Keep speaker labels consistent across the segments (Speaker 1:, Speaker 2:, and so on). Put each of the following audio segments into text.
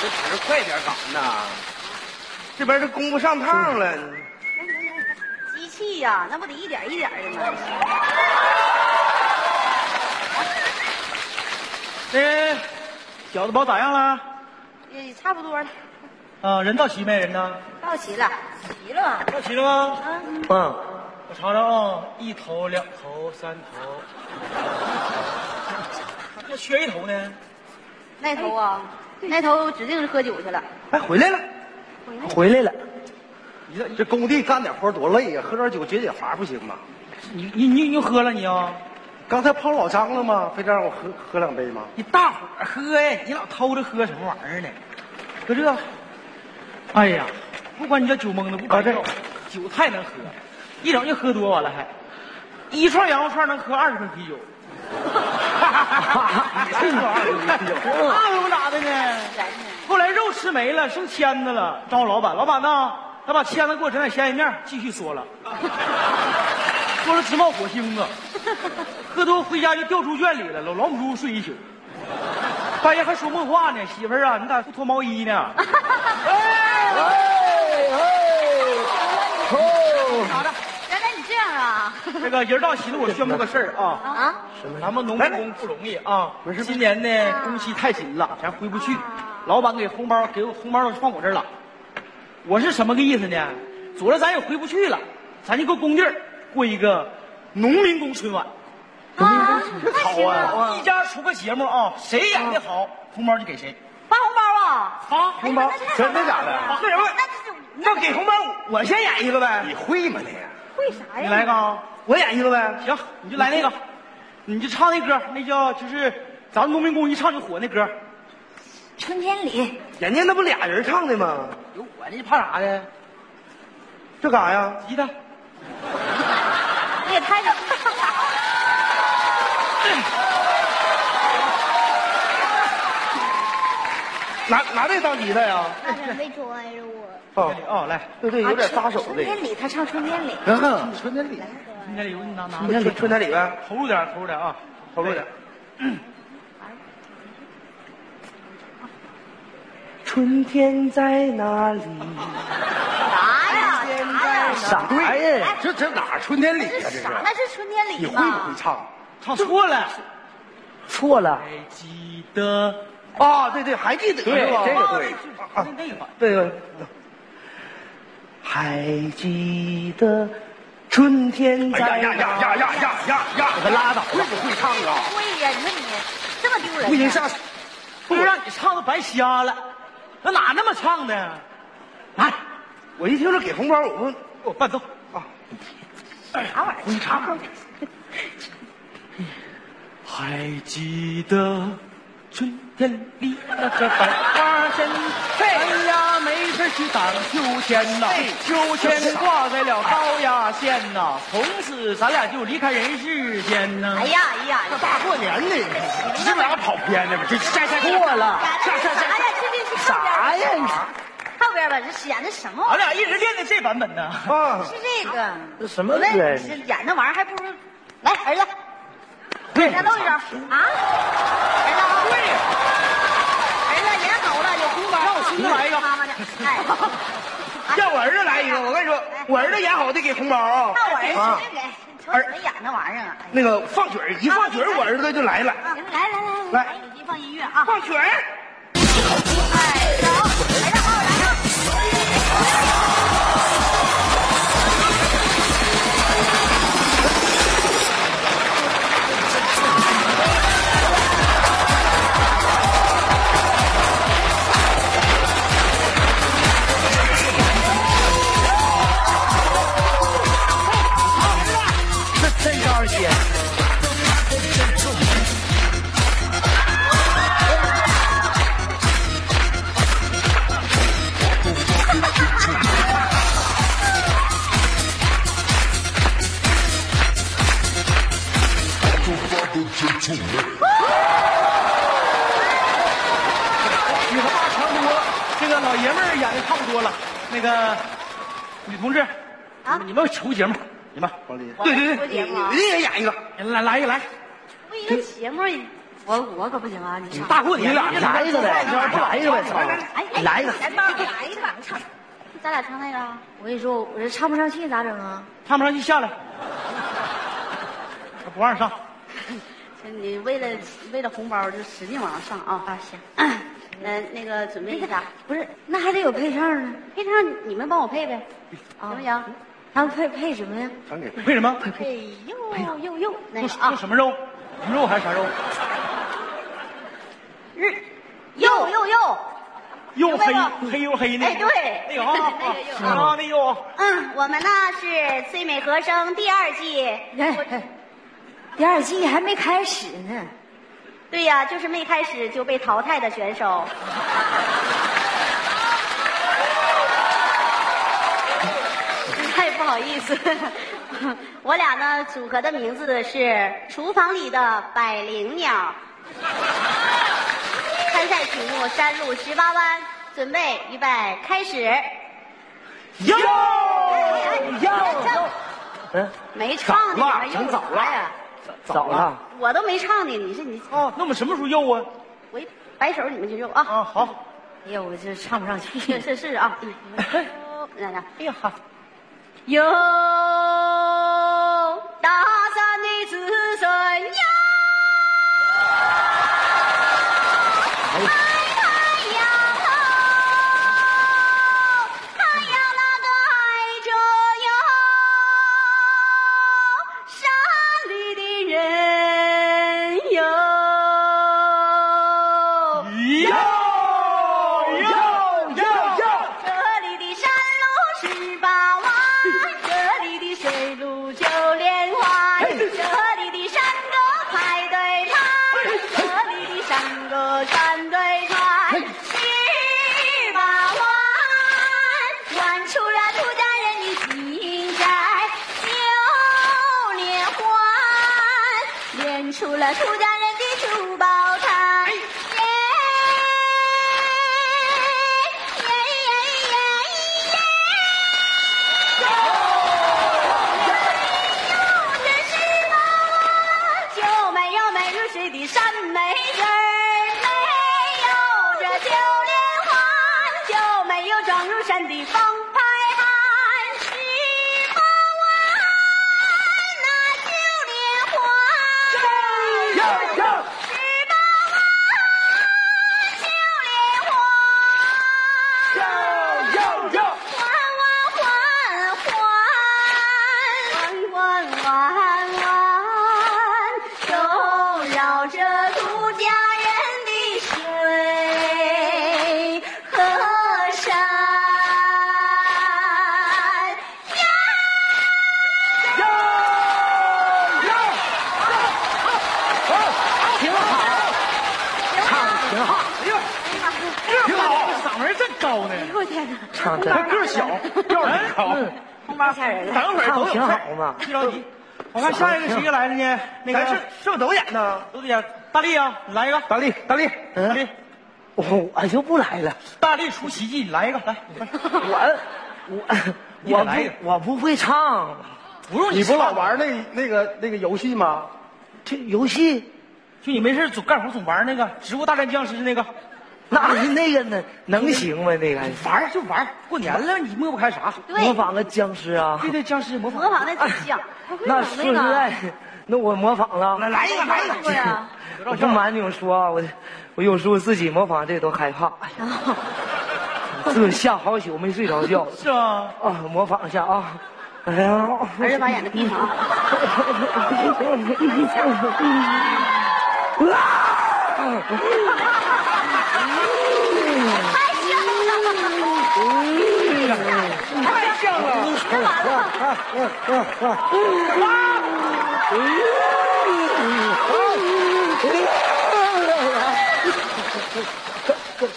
Speaker 1: 这纸快点赶呐！这边都供不上趟了。
Speaker 2: 机器呀、那不得一点一点的吗？
Speaker 3: 这哎饺子包咋样了？
Speaker 2: 也哎差不多了，
Speaker 3: 啊，人到齐没？人呢？
Speaker 2: 到齐了，齐了吧？
Speaker 3: 到齐了吗？
Speaker 2: 嗯，
Speaker 3: 啊
Speaker 1: 嗯，
Speaker 3: 我尝尝啊，一头、两头、三头，那缺一头呢？
Speaker 2: 那头啊，那头指定是喝酒去了。
Speaker 1: 哎，回来了，回来了。你这这工地干点活多累呀、喝点酒解解乏不行吗？
Speaker 3: 你你你又喝了你啊？
Speaker 1: 刚才碰老张了吗？非得让我喝喝两杯吗？
Speaker 3: 你大伙儿喝呀，你老偷着喝什么玩意儿呢？喝这个，哎呀，不管你叫酒蒙子，不管
Speaker 1: 啊对
Speaker 3: 叫酒太能喝，一整就喝多完了还，一串羊肉串能喝二十瓶啤 酒。你才喝 二十瓶啤酒，啊那可不咋的呢。
Speaker 2: 然呢？
Speaker 3: 后来肉吃没了，剩签子了，找我老板，老板呐，他把签子给我整点鲜艳面，继续说了， 说了直冒火星子，喝多回家就掉猪圈里来了，老母猪睡一宿，半夜还说梦话呢，媳妇儿啊，你咋不脱毛衣呢？
Speaker 2: 好的，原来你这样啊？
Speaker 3: 这个人到齐了，我宣布个事儿啊，
Speaker 2: 啊？
Speaker 3: 咱们农工不容易啊，今年呢工期太紧
Speaker 1: 啊
Speaker 3: 了，咱回不去，老板给红包给我红包都放我这儿了，我是什么个意思呢？主要咱也回不去了，咱就搁工地儿过一个农民工春晚，
Speaker 2: 啊，
Speaker 1: 好
Speaker 2: 那行啊，
Speaker 1: 啊，
Speaker 3: 一家出个节目啊，谁演的好，红包就给谁
Speaker 2: 发红包啊？
Speaker 3: 啊，
Speaker 2: 哎呀
Speaker 1: 红包
Speaker 2: 那太好
Speaker 1: 真的
Speaker 2: 了
Speaker 1: 假的
Speaker 3: 那什么
Speaker 2: 那这就
Speaker 3: 啊那给红包我先演一个呗，
Speaker 1: 你会吗你？
Speaker 2: 会啥呀？
Speaker 3: 你来一个啊，
Speaker 1: 我演一个呗。
Speaker 3: 行，你就来那个，你就唱那歌，那叫就是咱们农民工一唱就火那歌，
Speaker 2: 春天里，
Speaker 1: 人家那不俩人唱的吗？
Speaker 3: 有我呢，怕啥的？
Speaker 1: 这干啥呀？
Speaker 3: 吉他。
Speaker 2: 你也 太能唱了。
Speaker 1: 拿拿这当吉他呀？
Speaker 2: 哎
Speaker 4: 差点被
Speaker 2: 啊
Speaker 4: 拽着我。
Speaker 1: 哦，
Speaker 3: 哦，来，
Speaker 1: 对对，有点扎手
Speaker 2: 春
Speaker 1: 的。
Speaker 2: 天里，他唱春天里。
Speaker 1: 嗯，春天里，
Speaker 3: 你那有你拿拿
Speaker 1: 春，天里，春天里呗，
Speaker 3: 投入点，投入点啊，
Speaker 1: 投入点。春天在哪里？
Speaker 2: 啥呀？啥呀？
Speaker 1: 啥呀？这这哪儿春天里
Speaker 2: 哎这
Speaker 1: 啊？这
Speaker 2: 是
Speaker 1: 是
Speaker 2: 啥？那是春天
Speaker 1: 你
Speaker 2: 里
Speaker 1: 会不会
Speaker 2: 吗？
Speaker 1: 唱？
Speaker 3: 唱错了。
Speaker 1: 错了。
Speaker 3: 还记得哎
Speaker 1: 啊，对对，还记得是
Speaker 3: 对
Speaker 1: 吧？
Speaker 3: 这个
Speaker 1: 对
Speaker 3: 那那个，
Speaker 1: 对对。还记得春天在
Speaker 3: 哎呀呀呀呀呀
Speaker 1: 呀呀！可拉倒，会不会唱啊？
Speaker 2: 会呀，你说你这么丢人。
Speaker 1: 不行，下。
Speaker 3: 不
Speaker 1: 哎
Speaker 3: 是让你唱的白瞎了，那哪那么唱的？来，
Speaker 1: 我一听这给红包，我问
Speaker 3: 给我伴奏啊！
Speaker 2: 啥玩意儿？
Speaker 3: 还记得春天里那个百花深，咱俩没事去荡秋千呐
Speaker 1: 嘿，
Speaker 3: 秋千挂在了高压线呐，从此咱俩就离开人世间呐。
Speaker 2: 哎呀哎呀！
Speaker 1: 这大过年的，你这俩跑偏了吧？这下下
Speaker 3: 过了
Speaker 1: 下下
Speaker 2: 啥
Speaker 1: 下
Speaker 2: 呀？这这这
Speaker 1: 啥呀？你
Speaker 2: 后边吧，这演的什么玩意
Speaker 3: 俺俩一直练的这版本呢。
Speaker 1: 啊
Speaker 2: 儿？，是这个。
Speaker 1: 这什么
Speaker 2: 那
Speaker 1: 歌呀
Speaker 2: 你这演那玩意儿还不如来儿子，
Speaker 3: 对
Speaker 2: 再露一手啊！儿子啊，对，儿子演好了有红包，
Speaker 3: 让我亲自来一个
Speaker 2: 妈妈的，哎，
Speaker 1: 让我儿子来一个，我跟你说，我儿子演好得给红包啊。
Speaker 2: 那我儿
Speaker 1: 啊
Speaker 2: 子是给，瞅你们演那玩意儿啊！哎呀
Speaker 1: 那个放曲儿，一放曲儿，我儿子就来了。
Speaker 2: 行，来来来
Speaker 1: 来
Speaker 2: 来，手机放音乐啊！
Speaker 1: 放曲儿。
Speaker 2: 哎，走，儿子帮我来啊！
Speaker 1: 这真高姐。
Speaker 3: 你和爸差不多，这个老爷们儿演的差不多了。那个女同志，
Speaker 2: 啊
Speaker 3: 你们求节目，你们
Speaker 1: 对对对，你你也演一个，
Speaker 3: 来来一个来，
Speaker 2: 不一个节目，我我可不行啊！你
Speaker 5: 你
Speaker 2: 上
Speaker 5: 大过年
Speaker 3: 你俩
Speaker 5: 你来一个呗，要不来一个呗，
Speaker 1: 来来来
Speaker 5: 操
Speaker 2: 哎哎，
Speaker 5: 来一个，
Speaker 1: 来吧，来吧，唱。
Speaker 4: 咱俩唱那个啊，
Speaker 2: 我跟你说，我这唱不上去咋整啊？
Speaker 3: 唱不上去下来，不让上。
Speaker 2: 这你为了为了红包就使劲往上上啊！啊行，那那个准备一下，
Speaker 4: 不是，那还得有配唱呢，
Speaker 2: 配上你们帮我配呗，行不行？
Speaker 4: 咱们配配什么呀？
Speaker 5: 全给
Speaker 3: 为什么？
Speaker 2: 配哎呦呦呦，那
Speaker 3: 用
Speaker 2: 个
Speaker 3: 用
Speaker 2: 啊，
Speaker 3: 什么肉？鱼肉还是啥肉？
Speaker 2: 日呦呦呦，
Speaker 3: 又黑
Speaker 2: 明白了
Speaker 3: 黑又黑那个。
Speaker 2: 哎对
Speaker 3: 那个啊，
Speaker 2: 那个又
Speaker 3: 啊，那个又啊
Speaker 2: 嗯，我们呢是《最美和声》第二季，
Speaker 4: 哎哎，第二季还没开始呢，
Speaker 2: 对呀、就是没开始就被淘汰的选手。 太哎不好意思， 我俩呢组合的名字是《厨房里的百灵鸟》。参赛曲目《山路十八弯》，准备预备开始。
Speaker 5: 哟
Speaker 2: 哟，
Speaker 5: 嗯，
Speaker 2: 没唱呢，你们
Speaker 5: 整
Speaker 2: 又
Speaker 5: 早了
Speaker 2: 啥呀？
Speaker 5: 早了，
Speaker 2: 我都没唱呢，你说你，
Speaker 3: 哦那我们什么时候又啊？
Speaker 2: 我一摆手你们就肉啊。
Speaker 3: 啊，好，
Speaker 4: 哎呀，我这唱不上
Speaker 2: 是
Speaker 4: 去。
Speaker 2: 是是啊，来来，
Speaker 3: 哎呀，好
Speaker 2: 有大山的子孙呀，哎太阳好，太阳哦那个爱着哟，山里的人哟。
Speaker 3: 哟哟哟哟。
Speaker 2: 这里的山路十八弯，这里的水路九连环，这里的山歌排对排，这里的山歌山对川，十八弯，弯出了土家人的情在九连环，连出了土家人的珠宝钗。耶耶耶耶耶！这是八弯，就没有美如水的山梅子儿，没有这九连环，就没有庄如山的风拍岸。十八弯，那九连环。十八弯，九
Speaker 1: 哎
Speaker 2: 连环，环环环环，环环环环，都绕着土家人的水和山呀。
Speaker 5: 挺好，唱挺好，挺好，
Speaker 3: 嗓门真高呢。哎嗯
Speaker 4: 我天哪！
Speaker 5: 唱的个儿小，调儿高，
Speaker 2: 太吓人了！
Speaker 3: 等会儿都
Speaker 5: 唱的
Speaker 3: 有
Speaker 5: 挺
Speaker 3: 事
Speaker 5: 好
Speaker 3: 儿
Speaker 5: 嘛。
Speaker 3: 别着急，我看下一个谁来了呢？那个
Speaker 5: 哎咱是是不是都演呢？
Speaker 3: 都得演大力啊，你来一个。
Speaker 5: 大力，嗯大力，
Speaker 3: 大
Speaker 1: 嗯
Speaker 3: 力，
Speaker 5: 我我就不来 了，
Speaker 3: 大力出奇迹，你来一个，来，
Speaker 5: 哎
Speaker 3: 快
Speaker 5: 我
Speaker 3: 你也
Speaker 5: 我
Speaker 3: 来一个
Speaker 5: 我不我不会唱，
Speaker 3: 不用
Speaker 5: 你不
Speaker 3: 唱
Speaker 5: 老，玩那那个那个游戏吗？这游戏
Speaker 3: 就你没事总干活总玩那个《植物大战僵尸》那个，
Speaker 5: 那那个 能能行吗？那个
Speaker 3: 玩儿就玩儿，过年了你抹不开啥？
Speaker 5: 模仿个僵尸啊
Speaker 3: 对？对，僵尸模仿。
Speaker 2: 模仿的挺像，还会
Speaker 5: 那
Speaker 2: 仿那
Speaker 5: 说实
Speaker 2: 个。
Speaker 5: 在，那我模仿了。
Speaker 3: 来来一个，来一个。
Speaker 2: 对呀，
Speaker 5: 我不瞒你们说啊，我我有时候自己模仿这都害怕，
Speaker 4: 哦
Speaker 5: 这吓好宿没睡着 觉
Speaker 3: 是啊，
Speaker 5: 啊！模仿一下啊！哎呀，
Speaker 2: 儿子把眼睛闭上 啊！太像了！
Speaker 3: 太像了。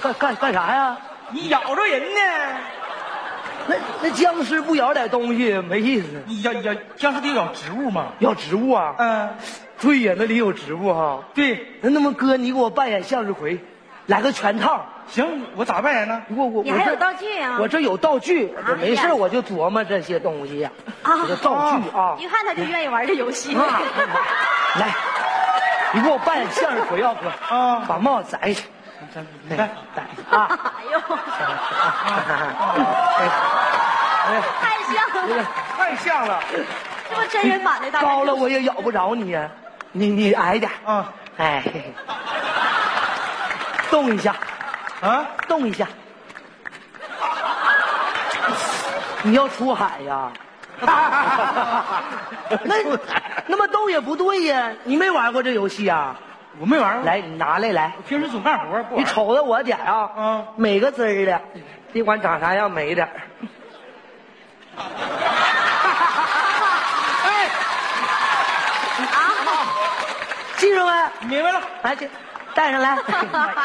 Speaker 5: 干干干啥呀？
Speaker 3: 你咬着人呢，
Speaker 5: 那那僵尸不咬点东西没意思，
Speaker 3: 你咬咬僵尸得咬植物嘛？
Speaker 5: 咬植物啊？
Speaker 3: 嗯，
Speaker 5: 对呀，那里有植物哈、
Speaker 3: 对，
Speaker 5: 那那么哥，你给我扮演向日葵，来个全套。
Speaker 3: 行，我咋扮演呢？
Speaker 5: 我我
Speaker 4: 你
Speaker 5: 我
Speaker 4: 还
Speaker 5: 这
Speaker 4: 有道具啊
Speaker 5: 我这有道具，我没事
Speaker 2: 呀
Speaker 5: 儿我就琢磨这些东西呀、
Speaker 2: 啊
Speaker 5: 我这道具啊，啊
Speaker 2: 一看他就愿意玩这游戏。
Speaker 5: 啊来，你给我扮演相声火药哥
Speaker 3: 啊
Speaker 5: 把帽子摘下，
Speaker 3: 咱
Speaker 5: 来
Speaker 3: 来，
Speaker 5: 摘下啊！
Speaker 2: 哎呦，
Speaker 5: 哎
Speaker 2: 太像了，
Speaker 3: 太像了
Speaker 2: 这不真人版的大
Speaker 5: 高了我也咬不着你呀，你你矮点儿，
Speaker 3: 啊
Speaker 5: 哎，动一下，
Speaker 3: 啊！
Speaker 5: 动一下。你要出海呀？ 那那么动也不对呀，你没玩过这游戏啊？
Speaker 3: 我没玩过，
Speaker 5: 来，你拿来来，
Speaker 3: 我平时总干活不玩。
Speaker 5: 你瞅着我点儿啊，
Speaker 3: 嗯
Speaker 5: 美个滋儿的，别管长啥样美点儿。 哎记住没？
Speaker 3: 明白了，啊
Speaker 5: 来，这带上来，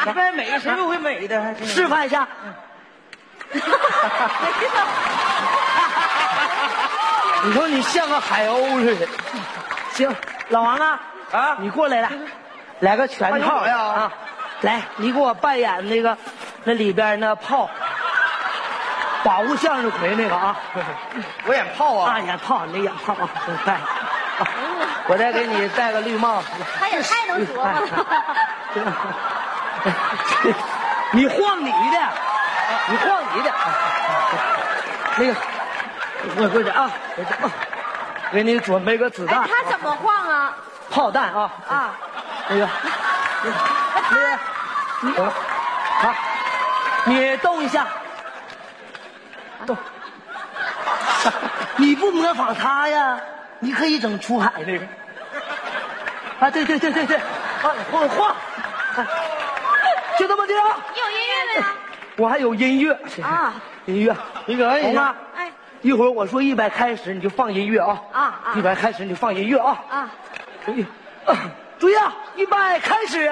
Speaker 3: 一般美谁都会美的，还真
Speaker 5: 示范一下。你说你像个海鸥似的。 行，老王啊，
Speaker 3: 啊
Speaker 5: 你过来了，来个全套
Speaker 3: 哎呀
Speaker 5: 啊！来，你给我扮演那个那里边那炮，保护向日葵那个啊，
Speaker 3: 我演炮
Speaker 5: 啊
Speaker 3: 啊，
Speaker 5: 演炮，你演炮啊，来，啊我再给你戴个绿帽子。
Speaker 2: 他也太 能琢磨 了，
Speaker 5: 你晃你的，你晃你的，那个，我过去啊，我这 啊给你准备个子弹
Speaker 2: 哎，，他怎么晃啊？
Speaker 5: 炮
Speaker 3: 哎
Speaker 5: 弹啊，
Speaker 2: 啊，
Speaker 5: 那个，那个，哎你好，你动一下，动，你不模仿他呀，你可以整出海那个，啊，对对对对对，啊，晃晃，啊就这么的啊。
Speaker 2: 你有音乐没有？
Speaker 5: 我还有音乐
Speaker 2: 啊，
Speaker 5: 音乐，
Speaker 3: 你搁
Speaker 5: 红啊，
Speaker 2: 哎，
Speaker 5: 一会儿我说一百开始你就放音乐啊，
Speaker 2: 啊啊
Speaker 5: 一百开始你就放音乐啊，
Speaker 2: 啊，
Speaker 5: 注意，啊注意啊，一百开始，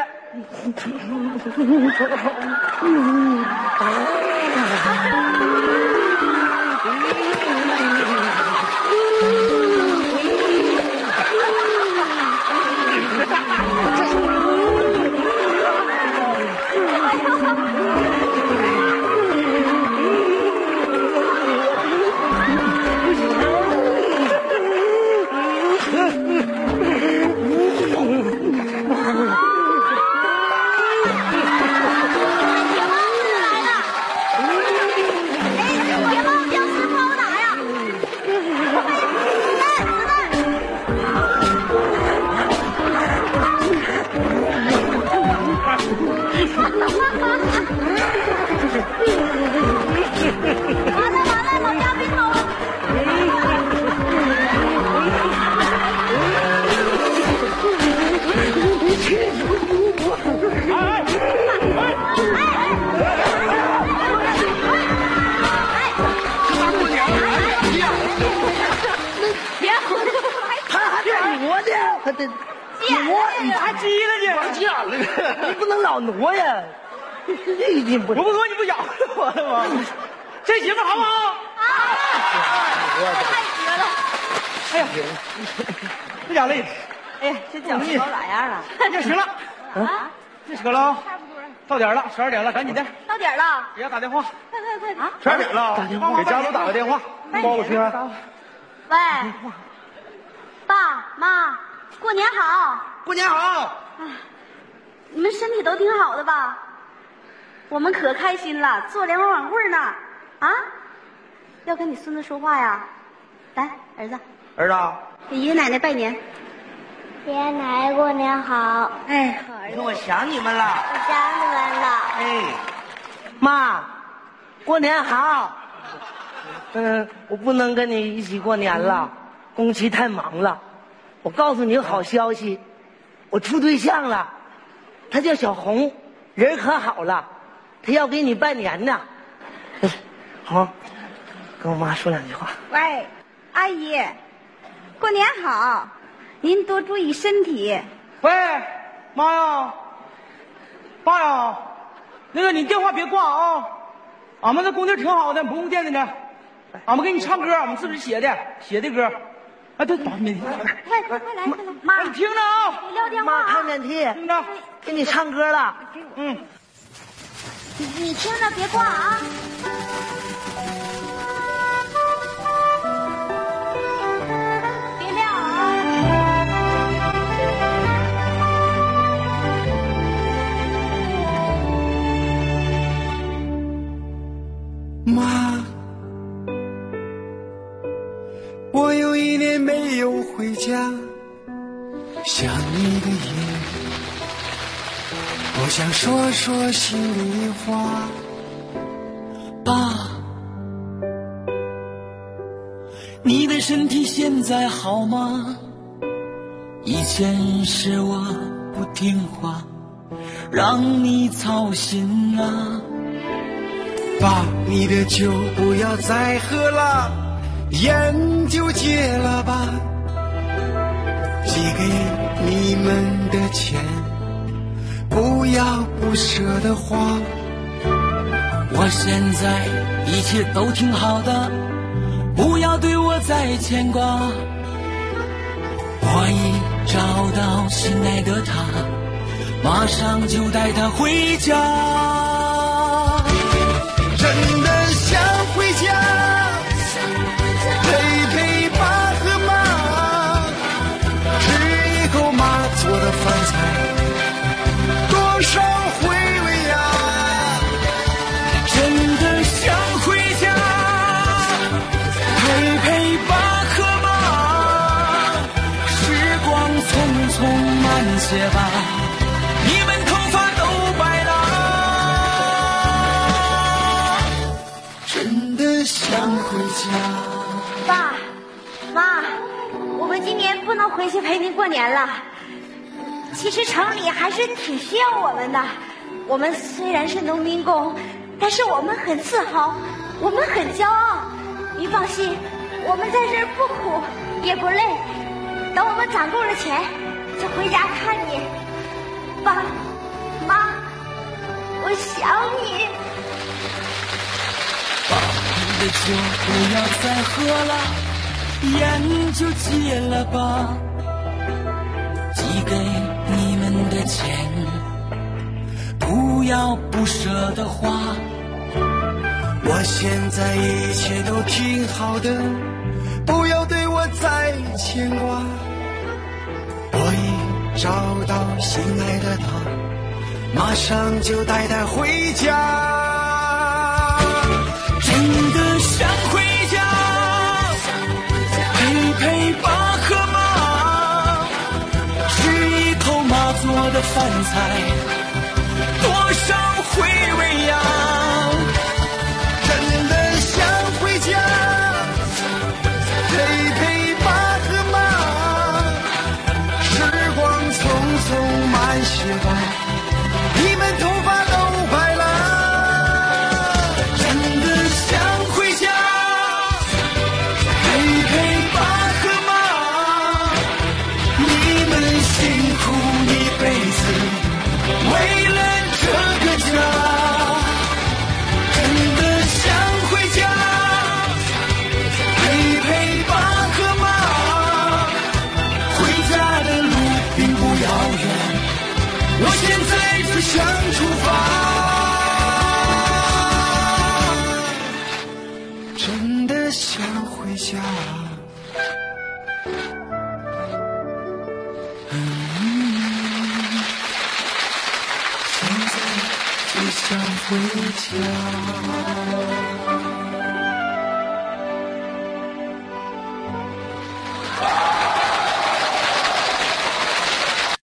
Speaker 2: 铁帽子来了！哎，这铁帽僵尸跑哪呀？哎，子弹，子弹！完了完了，老家别走了！
Speaker 5: 他还在
Speaker 2: 啊
Speaker 5: 挪呢，啊他得挪，你还急了呢，急眼了，你不能老挪呀，这一定不
Speaker 3: 我
Speaker 5: 能。
Speaker 3: 不说你 不咬着我了吗？这媳妇好不好？
Speaker 2: 太绝了！
Speaker 3: 这家累的，
Speaker 2: 哎呀，这脚
Speaker 3: 你
Speaker 2: 都咋样了？
Speaker 3: 这行了，
Speaker 2: 啊，
Speaker 3: 这行了啊，
Speaker 2: 差不多了，
Speaker 3: 到点了，十二点了，赶紧的，
Speaker 2: 到点了，
Speaker 3: 给家打电话，
Speaker 2: 快快快！啊，
Speaker 3: 十二点了，哎给家属打个电话，包个听。啊
Speaker 2: 喂，爸妈，过年好！
Speaker 3: 过年好，
Speaker 2: 你们身体都挺好的吧？我们可开心了，做联欢晚会呢，啊？要跟你孙子说话呀？来，儿子，
Speaker 3: 儿子，
Speaker 2: 给爷爷奶奶拜年。
Speaker 6: 爷爷奶奶过年好，
Speaker 2: 哎，好儿
Speaker 5: 你
Speaker 2: 子，
Speaker 5: 说我想你们了，
Speaker 6: 我想你们了。
Speaker 5: 哎，妈，过年好。嗯，我不能跟你一起过年了，工期太忙了。我告诉你个好消息，我处对象了，他叫小红，人可好了，他要给你拜年呢。 红，跟我妈说两句话。
Speaker 2: 喂，阿姨，过年好，您多注意身体。
Speaker 3: 喂，妈呀，爸呀，那个你电话别挂啊，俺们那工地挺好的，不用惦记着，俺们给你唱歌，俺们自己写的写的歌，啊对，没
Speaker 6: 哎
Speaker 2: 快快快来，快来，
Speaker 3: 妈，你听着啊，
Speaker 2: 哎你撂电话
Speaker 5: 妈，看
Speaker 2: 啊！
Speaker 5: 见替，
Speaker 3: 听着，
Speaker 5: 给你唱歌了。
Speaker 3: 嗯。
Speaker 2: 你你听着，别挂啊！别撂啊！
Speaker 6: 妈
Speaker 7: 妈，我有一年没有回家，想你的夜，我想说说心里话。爸，你的身体现在好吗？以前是我不听话，让你操心啊啦、爸，你的酒不要再喝了，烟就戒了吧。寄给你们的钱，不要不舍得花。我现在一切都挺好的，不要对我再牵挂。我已找到心爱的她，马上就带她回家。真的想回家，陪陪爸和妈，吃一口妈做的饭菜，多少回味呀！真的想回家，陪陪爸和妈，时光匆匆慢些吧，你们头发都白了。真的想回家。
Speaker 6: 爸妈，
Speaker 2: 我们今年不能回去陪您过年了。其实城里还是挺需要我们的。我们虽然是农民工，但是我们很自豪，我们很骄傲。您放心，我们在这儿不苦也不累。等我们攒够了钱，就回家看你。爸妈，我想你。
Speaker 7: 你的酒不要再喝了，烟就戒了吧。寄给你们的钱，不要不舍得花。我现在一切都挺好的，不要对我再牵挂。我已找到心爱的她，马上就带她回家。真的想回家，陪陪爸和妈，吃一口妈做的饭菜，多少回味呀！真的想回家，陪陪爸和妈，时光匆匆慢些吧，你们头发都白了。真的想回家，陪陪爸和妈。你们辛苦一辈子，为了这个家。真的想回家，陪陪爸和妈。回家的路并不遥远，我现在就想出发。真的想回家。嗯现在就想回家。